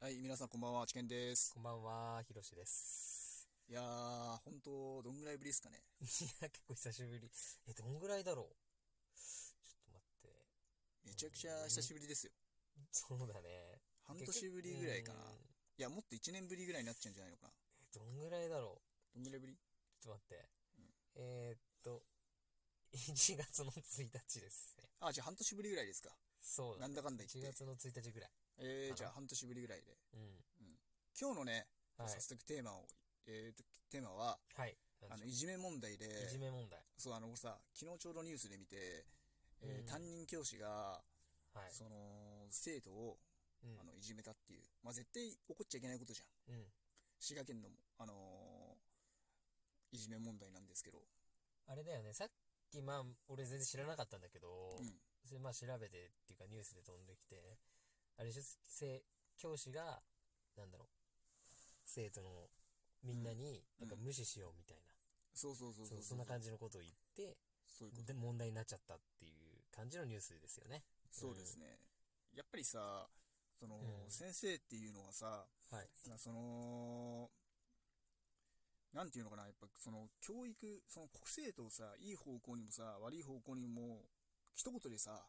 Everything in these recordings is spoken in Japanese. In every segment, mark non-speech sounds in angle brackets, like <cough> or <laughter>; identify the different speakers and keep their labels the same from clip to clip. Speaker 1: はい、皆さんこんばんは、ちけんです。
Speaker 2: こんばんは、ひろしです。 <laughs>
Speaker 1: いやー、本当どんぐらいぶりですかね。
Speaker 2: いや、結構久しぶり。え、どんぐらいだろうちょっと待って。
Speaker 1: めちゃくちゃ久しぶりですよ。
Speaker 2: そうだね。
Speaker 1: 半年ぶりぐらいかな。
Speaker 2: うん
Speaker 1: いや、もっと1年ぶりぐらいになっちゃうんじゃないのかな。
Speaker 2: えどんぐらいだろ
Speaker 1: どんぐらいぶり
Speaker 2: うちょっと待って。
Speaker 1: うん
Speaker 2: えー、っと、1月の1日ですね。
Speaker 1: あ、じゃあ半年ぶりぐらいですか。
Speaker 2: そう
Speaker 1: な
Speaker 2: だ、
Speaker 1: んだかんだ
Speaker 2: 1
Speaker 1: 言って。
Speaker 2: 月の1日ぐらい。
Speaker 1: え
Speaker 2: か
Speaker 1: ー、
Speaker 2: な
Speaker 1: じゃあ半年ぶりぐらいで。
Speaker 2: うん。
Speaker 1: 今日のね、
Speaker 2: はい
Speaker 1: 早。速テーマを、えーと、テーマは、
Speaker 2: はい。
Speaker 1: あ
Speaker 2: なんで
Speaker 1: の、い
Speaker 2: しょ
Speaker 1: じめ問題で
Speaker 2: うい、じめ問題。
Speaker 1: そう、あのさ、昨日ちょうどニュースで見て、えー
Speaker 2: うん
Speaker 1: 担任教師が、
Speaker 2: はい。
Speaker 1: その、生徒を、
Speaker 2: うん。
Speaker 1: あの、いじめたっていう。まあ、絶対起こっちゃいけないことじゃん。
Speaker 2: うん。
Speaker 1: 滋賀県の、あのーいじめ問題なんですけど、
Speaker 2: あれだよね、さっき、まあ、俺全然知らなかったんだけど、
Speaker 1: うん、
Speaker 2: それまあ調べてっていうかニュースで飛んできて、あれでしょ、せ教師が、なんだろう、生徒のみんなに、
Speaker 1: う
Speaker 2: なんんか無視しようみたいな、
Speaker 1: そうそうそう
Speaker 2: そうう
Speaker 1: そ
Speaker 2: そ
Speaker 1: うん
Speaker 2: な感じのことを言って、
Speaker 1: そういうこと
Speaker 2: で問題になっちゃったっていう感じのニュースですよね。
Speaker 1: そうですねやっぱりさその、
Speaker 2: うん
Speaker 1: 先生っていうのはさ
Speaker 2: はい。
Speaker 1: なそのなんていうのかなやっぱその教育その生徒をさいい方向にもさ悪い方向にも一言でさ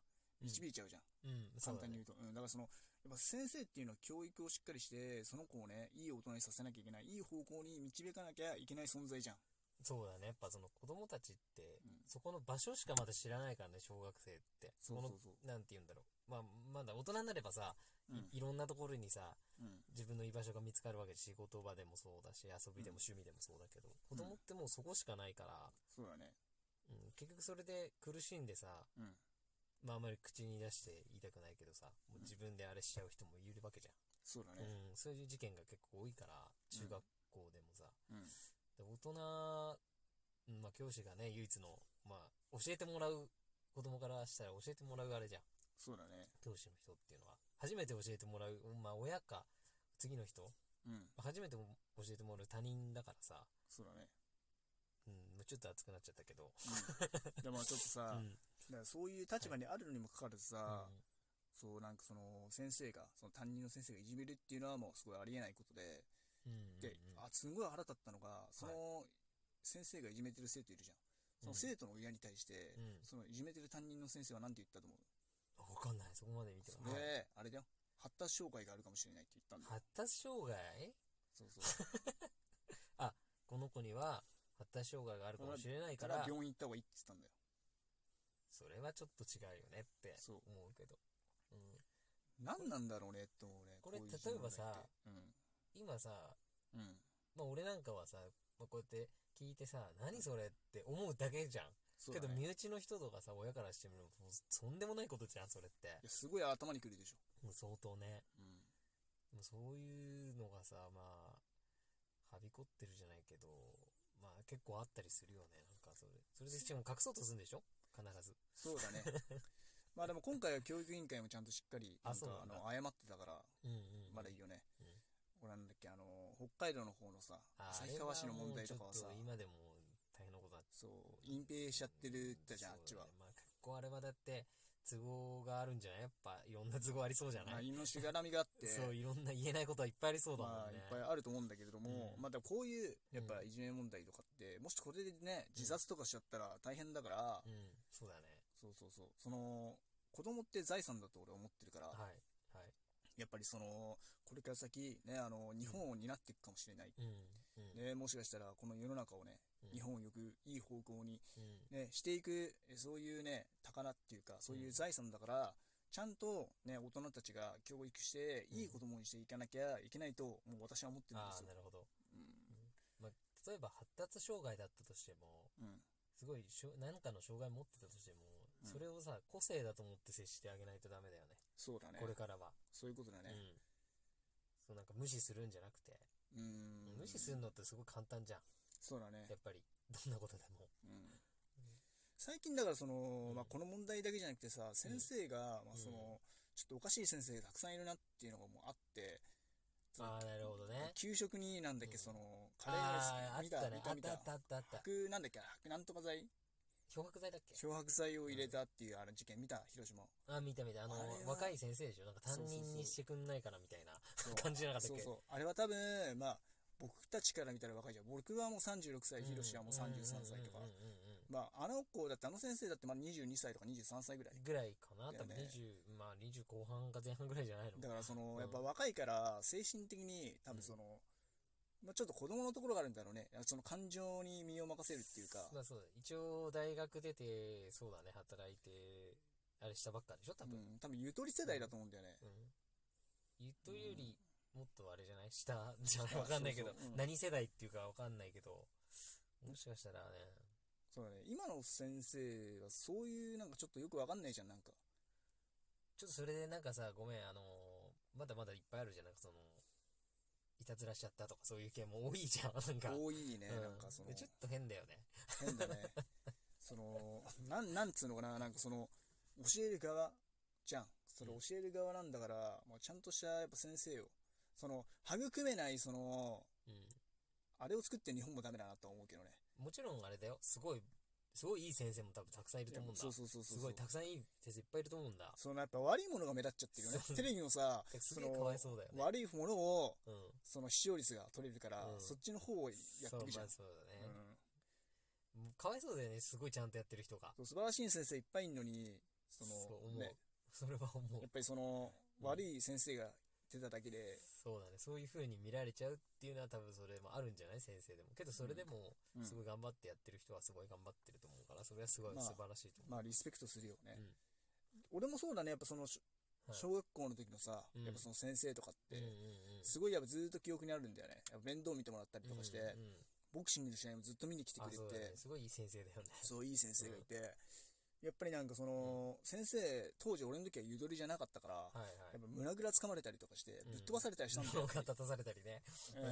Speaker 1: 導いちゃうじゃん、
Speaker 2: うん、そう
Speaker 1: 簡単
Speaker 2: だ
Speaker 1: に
Speaker 2: ね
Speaker 1: 言うとう、ん、だからそのやっぱ先生っていうのは教育をしっかりしてその子をねいい大人にさせなきゃいけないいい方向に導かなきゃいけない存在じゃん
Speaker 2: そうだね。やっぱその子供たちって、
Speaker 1: うん
Speaker 2: そこの場所しかまだ知らないからね、小学生って。
Speaker 1: そうそうそう
Speaker 2: このなんて言うんだろう。まあ、まだ大人になればさ、いいろんなところにさ、
Speaker 1: うん、うん
Speaker 2: 自分の居場所が見つかるわけで仕事場でもそうだし遊びで
Speaker 1: う
Speaker 2: も
Speaker 1: ん
Speaker 2: 趣味でもそうだけど、
Speaker 1: ん
Speaker 2: 子供ってもうそこしかないから、
Speaker 1: そうだね
Speaker 2: うん、結局それで苦しんでさ、
Speaker 1: うん
Speaker 2: まあ、あまり口に出して言いたくないけどさもう自分であれしちゃう人もいるわけじゃ
Speaker 1: そうだ
Speaker 2: ん、
Speaker 1: ね。
Speaker 2: うん、そういう事件が結構多いから中学校でもさ、
Speaker 1: うん。
Speaker 2: で大人、うんまあ、教師がね唯一の、まあ、教えてもらう子供からしたら教えてもらうあれじゃん
Speaker 1: そうだね。
Speaker 2: 教師の人っていうのは初めて教えてもらう、まあ、親か次の人
Speaker 1: うん。
Speaker 2: 初めても教えてもらう他人だからさ、
Speaker 1: そうだね。
Speaker 2: うん、ちょっと熱くなっちゃったけど。
Speaker 1: うん。でもちょっと
Speaker 2: <laughs> う
Speaker 1: さ、
Speaker 2: ん。
Speaker 1: だからそういう立場にあるのにもかかわらずさ、
Speaker 2: うん
Speaker 1: そう、なんかその、先生が、その担任の先生がいじめるっていうのはもうすごいありえないことで、
Speaker 2: うん
Speaker 1: で、あ、すごい腹立ったのが、その、先生がいじめてる生徒いるじゃん。その生徒の親に対して、
Speaker 2: うん
Speaker 1: そのいじめてる担任の先生は何て言ったと思う
Speaker 2: わかんない。そこまで見て
Speaker 1: そ
Speaker 2: も。はい
Speaker 1: れ、あれだよ。発達障害があるかもしれないって言ったんだよ。
Speaker 2: 発達障害
Speaker 1: そうそう。
Speaker 2: この子には発達障害があるかもしれない
Speaker 1: だか
Speaker 2: からら、
Speaker 1: 病院行った方がいいって言ったんだよ。
Speaker 2: それはちょっと違うよねって
Speaker 1: そう
Speaker 2: 思うけど。うん
Speaker 1: 何なんだろうねって思うね。
Speaker 2: これ
Speaker 1: ういう問題って
Speaker 2: 例えばさ、今さ、
Speaker 1: うん。うん。
Speaker 2: まあ俺なんかはさ、まあ、こうやって聞いてさ、何それって思うだけじゃん。
Speaker 1: そう
Speaker 2: け
Speaker 1: だ
Speaker 2: ど
Speaker 1: ね
Speaker 2: 身内の人とかさ、親からしてみれば、もうとんでもないことじゃん、それっ
Speaker 1: い。
Speaker 2: て
Speaker 1: や、すごい頭にくるでしょ。
Speaker 2: もう相当ね。
Speaker 1: うん。
Speaker 2: もうそういうのがさ、まあ、はびこってるじゃないけど、まあ結構あったりするよね、なんかそれ。それでしかも隠そうとするんでしょ必ず。
Speaker 1: そう
Speaker 2: <laughs>
Speaker 1: だね。まあでも今回は教育委員会もちゃんとしっかり、
Speaker 2: あ
Speaker 1: なん
Speaker 2: そうな
Speaker 1: かあ
Speaker 2: んだ
Speaker 1: の、謝ってたから、
Speaker 2: うんうん、
Speaker 1: まだいいよね
Speaker 2: うん。
Speaker 1: これなんだっけ、あの、北海道の方のさ、
Speaker 2: ああれ
Speaker 1: 旭川市の問題とかはさ
Speaker 2: もうちょっ、と今でも大変なことだ
Speaker 1: そう、隠蔽しちゃってるってじゃん、あっちは
Speaker 2: そう。だねまあ結構あれはだって、都合があるんじゃないやっぱいろんな都合ありそうじゃ
Speaker 1: ま
Speaker 2: な
Speaker 1: あ、
Speaker 2: い、
Speaker 1: 命がらみがあって、
Speaker 2: <laughs> そう、いろんな言えないことはいっぱいありそうだもん
Speaker 1: まあ、い
Speaker 2: ね
Speaker 1: っ。ぱいあると思うんだけれども、
Speaker 2: うん
Speaker 1: まあ、でもこういう、やっぱ、
Speaker 2: うん
Speaker 1: いじめ問題とかって、もしこれでね、自殺とかしちゃったら大変だから、
Speaker 2: うん、そうだね。
Speaker 1: そうそうそう、その、子供って財産だと俺思ってるから、
Speaker 2: はい。はい。
Speaker 1: やっぱりその、これから先、ね、あの、日本を担っていくかもしれない。
Speaker 2: うん。うん。
Speaker 1: ね、もしかしたらこの世の中をね、
Speaker 2: うん
Speaker 1: 日本をよくいい方向に、
Speaker 2: うん。
Speaker 1: ね、していく、えそういうね、宝っていうか、そういう財産だから、ちゃんとね、大人たちが教育して、いい子供にしていかなきゃいけないと、もう私は思ってるんで
Speaker 2: あ
Speaker 1: す
Speaker 2: あ、
Speaker 1: よ
Speaker 2: な。るほど。
Speaker 1: うん
Speaker 2: まあ、例えば発達障害だったとしても、
Speaker 1: うん、
Speaker 2: すごいしょ何かの障害持ってたとしても、
Speaker 1: うん
Speaker 2: それをさ個性だと思って接してあげないとダメだよね
Speaker 1: そうだね
Speaker 2: こ。れからは、
Speaker 1: そういうことだ
Speaker 2: うん
Speaker 1: ね。
Speaker 2: そうなんか無視するんじゃなくて、
Speaker 1: うーん。
Speaker 2: 無視するのってすごい簡単じゃん
Speaker 1: そうだね
Speaker 2: や。っぱりどんなことでも
Speaker 1: うん最近だからその、
Speaker 2: うん
Speaker 1: まあ、この問題だけじゃなくてさ、先生が、まあ、その
Speaker 2: うん、
Speaker 1: ちょっとおかしい先生がたくさんいるなっていうのがもうあって、その
Speaker 2: ああなるほどね
Speaker 1: 給食になんだっけ、
Speaker 2: うん
Speaker 1: その、カレーライス
Speaker 2: ああーあっ
Speaker 1: 見
Speaker 2: たねあ
Speaker 1: た、
Speaker 2: っ
Speaker 1: 見た、見
Speaker 2: たあ
Speaker 1: た
Speaker 2: っ。たあったあった
Speaker 1: 白、なんだっけ、白なんとか剤
Speaker 2: 漂白剤だっけ
Speaker 1: 漂白剤を入れたっていうあの事件見た広島。
Speaker 2: あ、見た見た。あの
Speaker 1: あれ、は
Speaker 2: 若い先生でしょなんか担
Speaker 1: そうそう
Speaker 2: 任
Speaker 1: そう
Speaker 2: にしてくんないかなみたいな
Speaker 1: そう
Speaker 2: 感じじゃなかった
Speaker 1: そ
Speaker 2: っ
Speaker 1: う
Speaker 2: け
Speaker 1: そう。あれは多分、まあ、僕たちから見たら若いじゃん。僕はもう36歳、ヒロシはもう33歳とか
Speaker 2: うんうん。うんうん
Speaker 1: まあ、あの子だって、あの先生だってまだ22歳とか23歳ぐらい。
Speaker 2: ぐらいかな
Speaker 1: だよ
Speaker 2: 多分
Speaker 1: ね
Speaker 2: 20、まあ20後半か前半ぐらいじゃないの
Speaker 1: だからその
Speaker 2: う、ん
Speaker 1: やっぱ若いから、精神的に多分その、まあちょっと子供のところがあるんだろうね。その感情に身を任せるっていうか、
Speaker 2: まあそうだ。一応大学出て、そうだね、働いて、あれしたばっかでしょ多
Speaker 1: 多
Speaker 2: 分。う
Speaker 1: 分
Speaker 2: ん。、
Speaker 1: 多分ゆとり世代だと思うんだよね。
Speaker 2: ゆとりより、もっとあれじゃない下じゃないわかんないけど
Speaker 1: そうそうう。ん
Speaker 2: 何世代っていうかわかんないけど。もしかしたらね、
Speaker 1: そうだね。今の先生はそういうなんかちょっとよくわかんないじゃん、なんか。
Speaker 2: ちょっとそれでなんかさ、ごめん、あのまだまだいっぱいあるじゃんなんかその、いたずらしちゃったとかそういう系も多いじゃん、なんか。
Speaker 1: 多いね、
Speaker 2: うん
Speaker 1: なんかその
Speaker 2: で、ちょっと変だよね。
Speaker 1: 変だ
Speaker 2: <laughs>
Speaker 1: ね。その、なん、なんつうのかな、なんかその、教える側じゃん。それ
Speaker 2: うん
Speaker 1: 教える側なんだから、もうちゃんとしたやっぱ先生を、その、育めない、その、
Speaker 2: うん。
Speaker 1: あれを作って日本もダメだなとは思うけどね。
Speaker 2: もちろんあれだよ。すごい、すごいいい先生も多分たくさんいると思うんだ。
Speaker 1: そうそうそうそう。
Speaker 2: すごいたくさんいい先生いっぱいいると思うんだ。
Speaker 1: そのやっぱ悪いものが目立っちゃってるよね
Speaker 2: そ。う
Speaker 1: テレビもさ、
Speaker 2: すげえかわいそうだよね。
Speaker 1: 悪いものを、
Speaker 2: うん。
Speaker 1: その視聴率が取れるから、
Speaker 2: うん
Speaker 1: そっちの方をやってくじゃん。
Speaker 2: そう、まあそうだ
Speaker 1: う
Speaker 2: ね、
Speaker 1: ん
Speaker 2: もうかわいそうだよね。すごいちゃんとやってる人が。
Speaker 1: そう素晴らしい先生いっぱいいるのに、その
Speaker 2: そう思う、
Speaker 1: ね、
Speaker 2: それは思う
Speaker 1: やっ。ぱりその、
Speaker 2: うん
Speaker 1: 悪い先生が出ただけで、
Speaker 2: そうだね。そういう風に見られちゃうっていうのは多分それもあるんじゃない先生でも。けどそれでも、
Speaker 1: うん
Speaker 2: すごい頑張ってやってる人はすごい頑張ってると思うから、それはすごい
Speaker 1: まあ
Speaker 2: 素晴らしいと思う。
Speaker 1: まあリスペクトするよね。俺もそうだね、やっぱその、し
Speaker 2: はい
Speaker 1: 小学校の時のさ、
Speaker 2: うん
Speaker 1: やっぱその先生とかって、
Speaker 2: うんうんうん。
Speaker 1: すごいやっぱずっと記憶にあるんだよね。やっぱ面倒見てもらったりとかして、
Speaker 2: うんうん
Speaker 1: ボクシングの試合もずっと見に来てく
Speaker 2: あ
Speaker 1: れて、
Speaker 2: そうだね。すごいいい先生だよね。
Speaker 1: そう、いい先生がいて、やっぱりなんかその、先生、当時俺の時はゆとりじゃなかったから、
Speaker 2: はいは
Speaker 1: や
Speaker 2: い
Speaker 1: っ。ぱ胸ぐらつかまれたりとかして、ぶっ飛ばされたりしたんだ
Speaker 2: <laughs> 動
Speaker 1: よ。
Speaker 2: 画立たされたりね。
Speaker 1: うん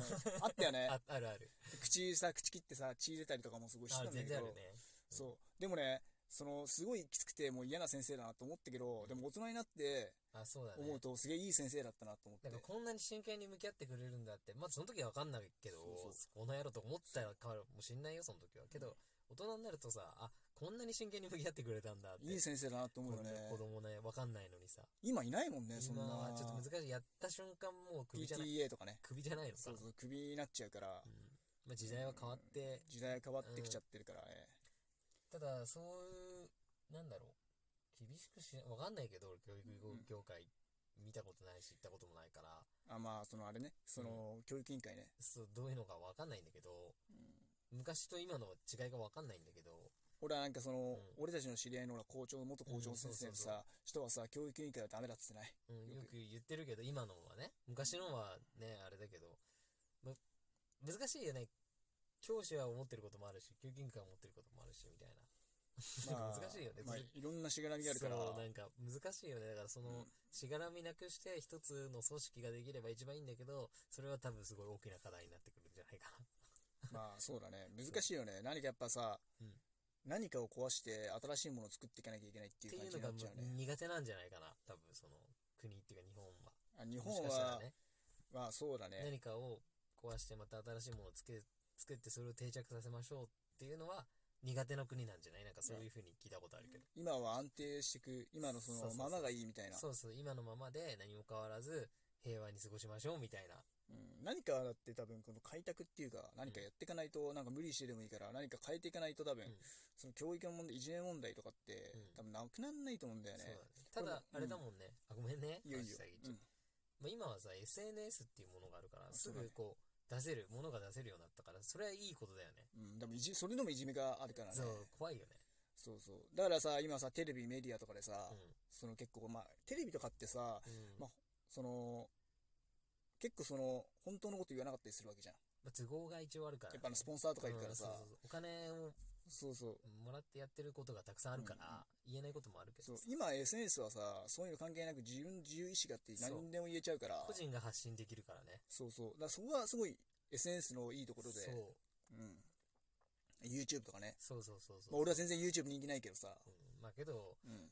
Speaker 1: あったよね。
Speaker 2: ああるある。
Speaker 1: 口さ、口切ってさ、血入れたりとかもすごいしてたんだ
Speaker 2: あ
Speaker 1: け
Speaker 2: 全然ある
Speaker 1: ど
Speaker 2: ね、。
Speaker 1: そう。でもね、その、すごいきつくて、もう嫌な先生だなと思ったけど、でも大人になって
Speaker 2: あ、そうだね。
Speaker 1: 思うと、すげえいい先生だったなと思って
Speaker 2: なんか。こんなに真剣に向き合ってくれるんだって、まずその時は分かんないけど、
Speaker 1: そう
Speaker 2: この野郎と思ったら変わるかもしんないよ、その時は。けど、大人になるとさ、あ、こんなに真剣に向き合ってくれたんだって。
Speaker 1: いい先生だなと思うよね。
Speaker 2: 子供ね、分かんないのにさ。
Speaker 1: 今いないもんね、そん
Speaker 2: 今
Speaker 1: な。
Speaker 2: はちょっと難しい。やった瞬間もう首じゃない、
Speaker 1: PTA とかね。
Speaker 2: 首じゃないのか。
Speaker 1: そうそう、首になっちゃうから
Speaker 2: う、んまあ時代は変わって、
Speaker 1: 時代変わってきちゃってるからね。
Speaker 2: ただ、そういう、なんだろう。厳しくしな、分かんないけど、俺教育業界見たことないし、行ったこともないから、
Speaker 1: あ、まあ、そのあれね、その、教育委員会ね。
Speaker 2: そう、どういうのか分かんないんだけど、昔と今の違いが分かんないんだけど、
Speaker 1: 俺はなんかその、
Speaker 2: う
Speaker 1: 俺たちの知り合いのほら校長、元校長の先生の
Speaker 2: うんそうそうそ
Speaker 1: さ、人はさ、教育委員会はダメだっつって
Speaker 2: <laughs>
Speaker 1: ない。
Speaker 2: うん、
Speaker 1: よく
Speaker 2: よく言ってるけど、今のはね、昔のはね、あれだけど、む難しいよね。教師は思ってることもあるし、教育委員会は思ってることもあるし、みたいな。なんか難しいよね。
Speaker 1: まあ、
Speaker 2: それ
Speaker 1: いろんなしがらみがあるから。
Speaker 2: そう、なんか難しいよね。だからその、
Speaker 1: うん
Speaker 2: しがらみなくして一つの組織ができれば一番いいんだけど、それは多分すごい大きな課題になってくるんじゃないか
Speaker 1: まあ、そうだね。難しいよね。何かやっぱさ、
Speaker 2: うん
Speaker 1: 何かを壊して新しいものを作っていかなきゃいけないって
Speaker 2: な。っ
Speaker 1: い
Speaker 2: て
Speaker 1: う感
Speaker 2: いう
Speaker 1: じ
Speaker 2: の
Speaker 1: になっちゃ
Speaker 2: がむ
Speaker 1: うね。
Speaker 2: 苦手なんじゃないかな。多分その、国っていうか日本は。
Speaker 1: あ日
Speaker 2: も
Speaker 1: 本
Speaker 2: しかしたら
Speaker 1: は、
Speaker 2: ね。
Speaker 1: まあそうだね。
Speaker 2: 何かを壊してまた新しいものをつけ作ってそれを定着させましょうっていうのは苦手な国なんじゃないなんかそういうふうに聞いたことあるけど、
Speaker 1: 今は安定していく、今のそ
Speaker 2: そう
Speaker 1: の
Speaker 2: そうそう
Speaker 1: ままがいいみたいな。
Speaker 2: そうそう今のままで何も変わらず平和に過ごしましょうみたいな
Speaker 1: うん何かだって多分この開拓っていうか、何かやっていかないと、なんか無理してでもいいから、何か変えていかないと多分、
Speaker 2: うん
Speaker 1: その教育の問題、いじめ問題とかって、
Speaker 2: う
Speaker 1: 多分なくならないと思うんだよね
Speaker 2: そう。だねただ
Speaker 1: こ
Speaker 2: あ
Speaker 1: れ
Speaker 2: れだもんね、あごめんね
Speaker 1: いよいよ
Speaker 2: 話遮っ。ち
Speaker 1: う
Speaker 2: ゃうんまあ、今はさ SNS っていうものがあるからす
Speaker 1: そうだ
Speaker 2: ぐ
Speaker 1: ね
Speaker 2: こう出せるものが出せるようになったからそれはいいことだよね
Speaker 1: うん、でもいじ、それでもいじめがあるからね。
Speaker 2: そう怖いよね
Speaker 1: そうそう。だからさ、今さ、テレビ、メディアとかでさ、
Speaker 2: うん
Speaker 1: その結構、まあ、テレビとかってさ、
Speaker 2: うん
Speaker 1: ま
Speaker 2: ま
Speaker 1: あその、結構その、本当のこと言わなかったりするわけじゃん。
Speaker 2: あ、都合が一応あるから、
Speaker 1: やっぱあの、スポンサーとかいるからさ
Speaker 2: うん、そうそうそうお金を
Speaker 1: そうそう。
Speaker 2: もらってやってることがたくさんあるから、言えないこともあるけ
Speaker 1: そ
Speaker 2: ど
Speaker 1: う、今 SNS はさ、そういうの関係なく自分自由意志があって何でも言えちゃうから、
Speaker 2: 個人が発信できるからね。
Speaker 1: そうそう。だからそこがすごい SNS のいいとこ
Speaker 2: そ
Speaker 1: ろ
Speaker 2: う
Speaker 1: で、うん。YouTube とかね。
Speaker 2: そうそうそうそう。
Speaker 1: まあ、俺は全然 YouTube 人気ないけどさ、
Speaker 2: うんまあけど、
Speaker 1: うん。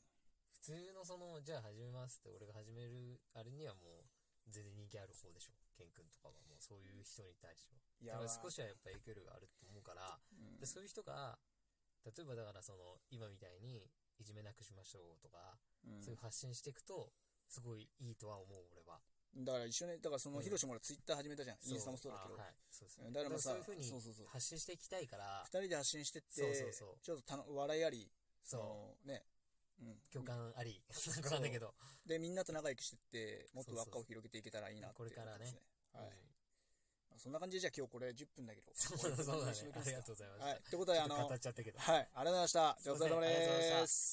Speaker 2: 普通のその、じゃあ始めますって俺が始める、あれにはもう、全然人気ある方でしょ。ケン君とかはもうそういう人に対しては。
Speaker 1: い
Speaker 2: だから
Speaker 1: まあ
Speaker 2: 少しはやっぱ影響力があると思うから、
Speaker 1: うん
Speaker 2: でそういう人が、例えばだからその、今みたいに、いじめなくしましょうとか、
Speaker 1: うん
Speaker 2: そういう発信していくと、すごいいいとは思う、俺は。
Speaker 1: だから一緒に、だからその、
Speaker 2: うん
Speaker 1: ヒロシもほらツイッター始めたじゃん。インスタもそうだけど
Speaker 2: あ。はい。そうです
Speaker 1: う
Speaker 2: ね。
Speaker 1: んだからまあさ
Speaker 2: そういうふうに
Speaker 1: そうそうそう
Speaker 2: 発信していきたいから、
Speaker 1: 二人で発信してって、
Speaker 2: そうそうそう
Speaker 1: ちょっとたの笑いあり、
Speaker 2: そ
Speaker 1: のね、うん。
Speaker 2: う、共感あり、 <laughs> なんかわかんないけど、
Speaker 1: で、みんなと仲良くしてって、もっと輪っ
Speaker 2: そうそ
Speaker 1: か
Speaker 2: う
Speaker 1: を広げていけたらいいなって
Speaker 2: これからね
Speaker 1: 思いますね。はい。
Speaker 2: うん
Speaker 1: そんな感じで、じゃあ今日これ10分だけど。
Speaker 2: そう
Speaker 1: <laughs>
Speaker 2: だそうだね。ありがとうございました。
Speaker 1: はい。ってことで、あの、
Speaker 2: ちょっと語
Speaker 1: は
Speaker 2: っ
Speaker 1: い。
Speaker 2: ちゃったけど。
Speaker 1: ありがとうございました。じゃあお疲れ様
Speaker 2: すいませんありがとうございま
Speaker 1: で
Speaker 2: し
Speaker 1: す。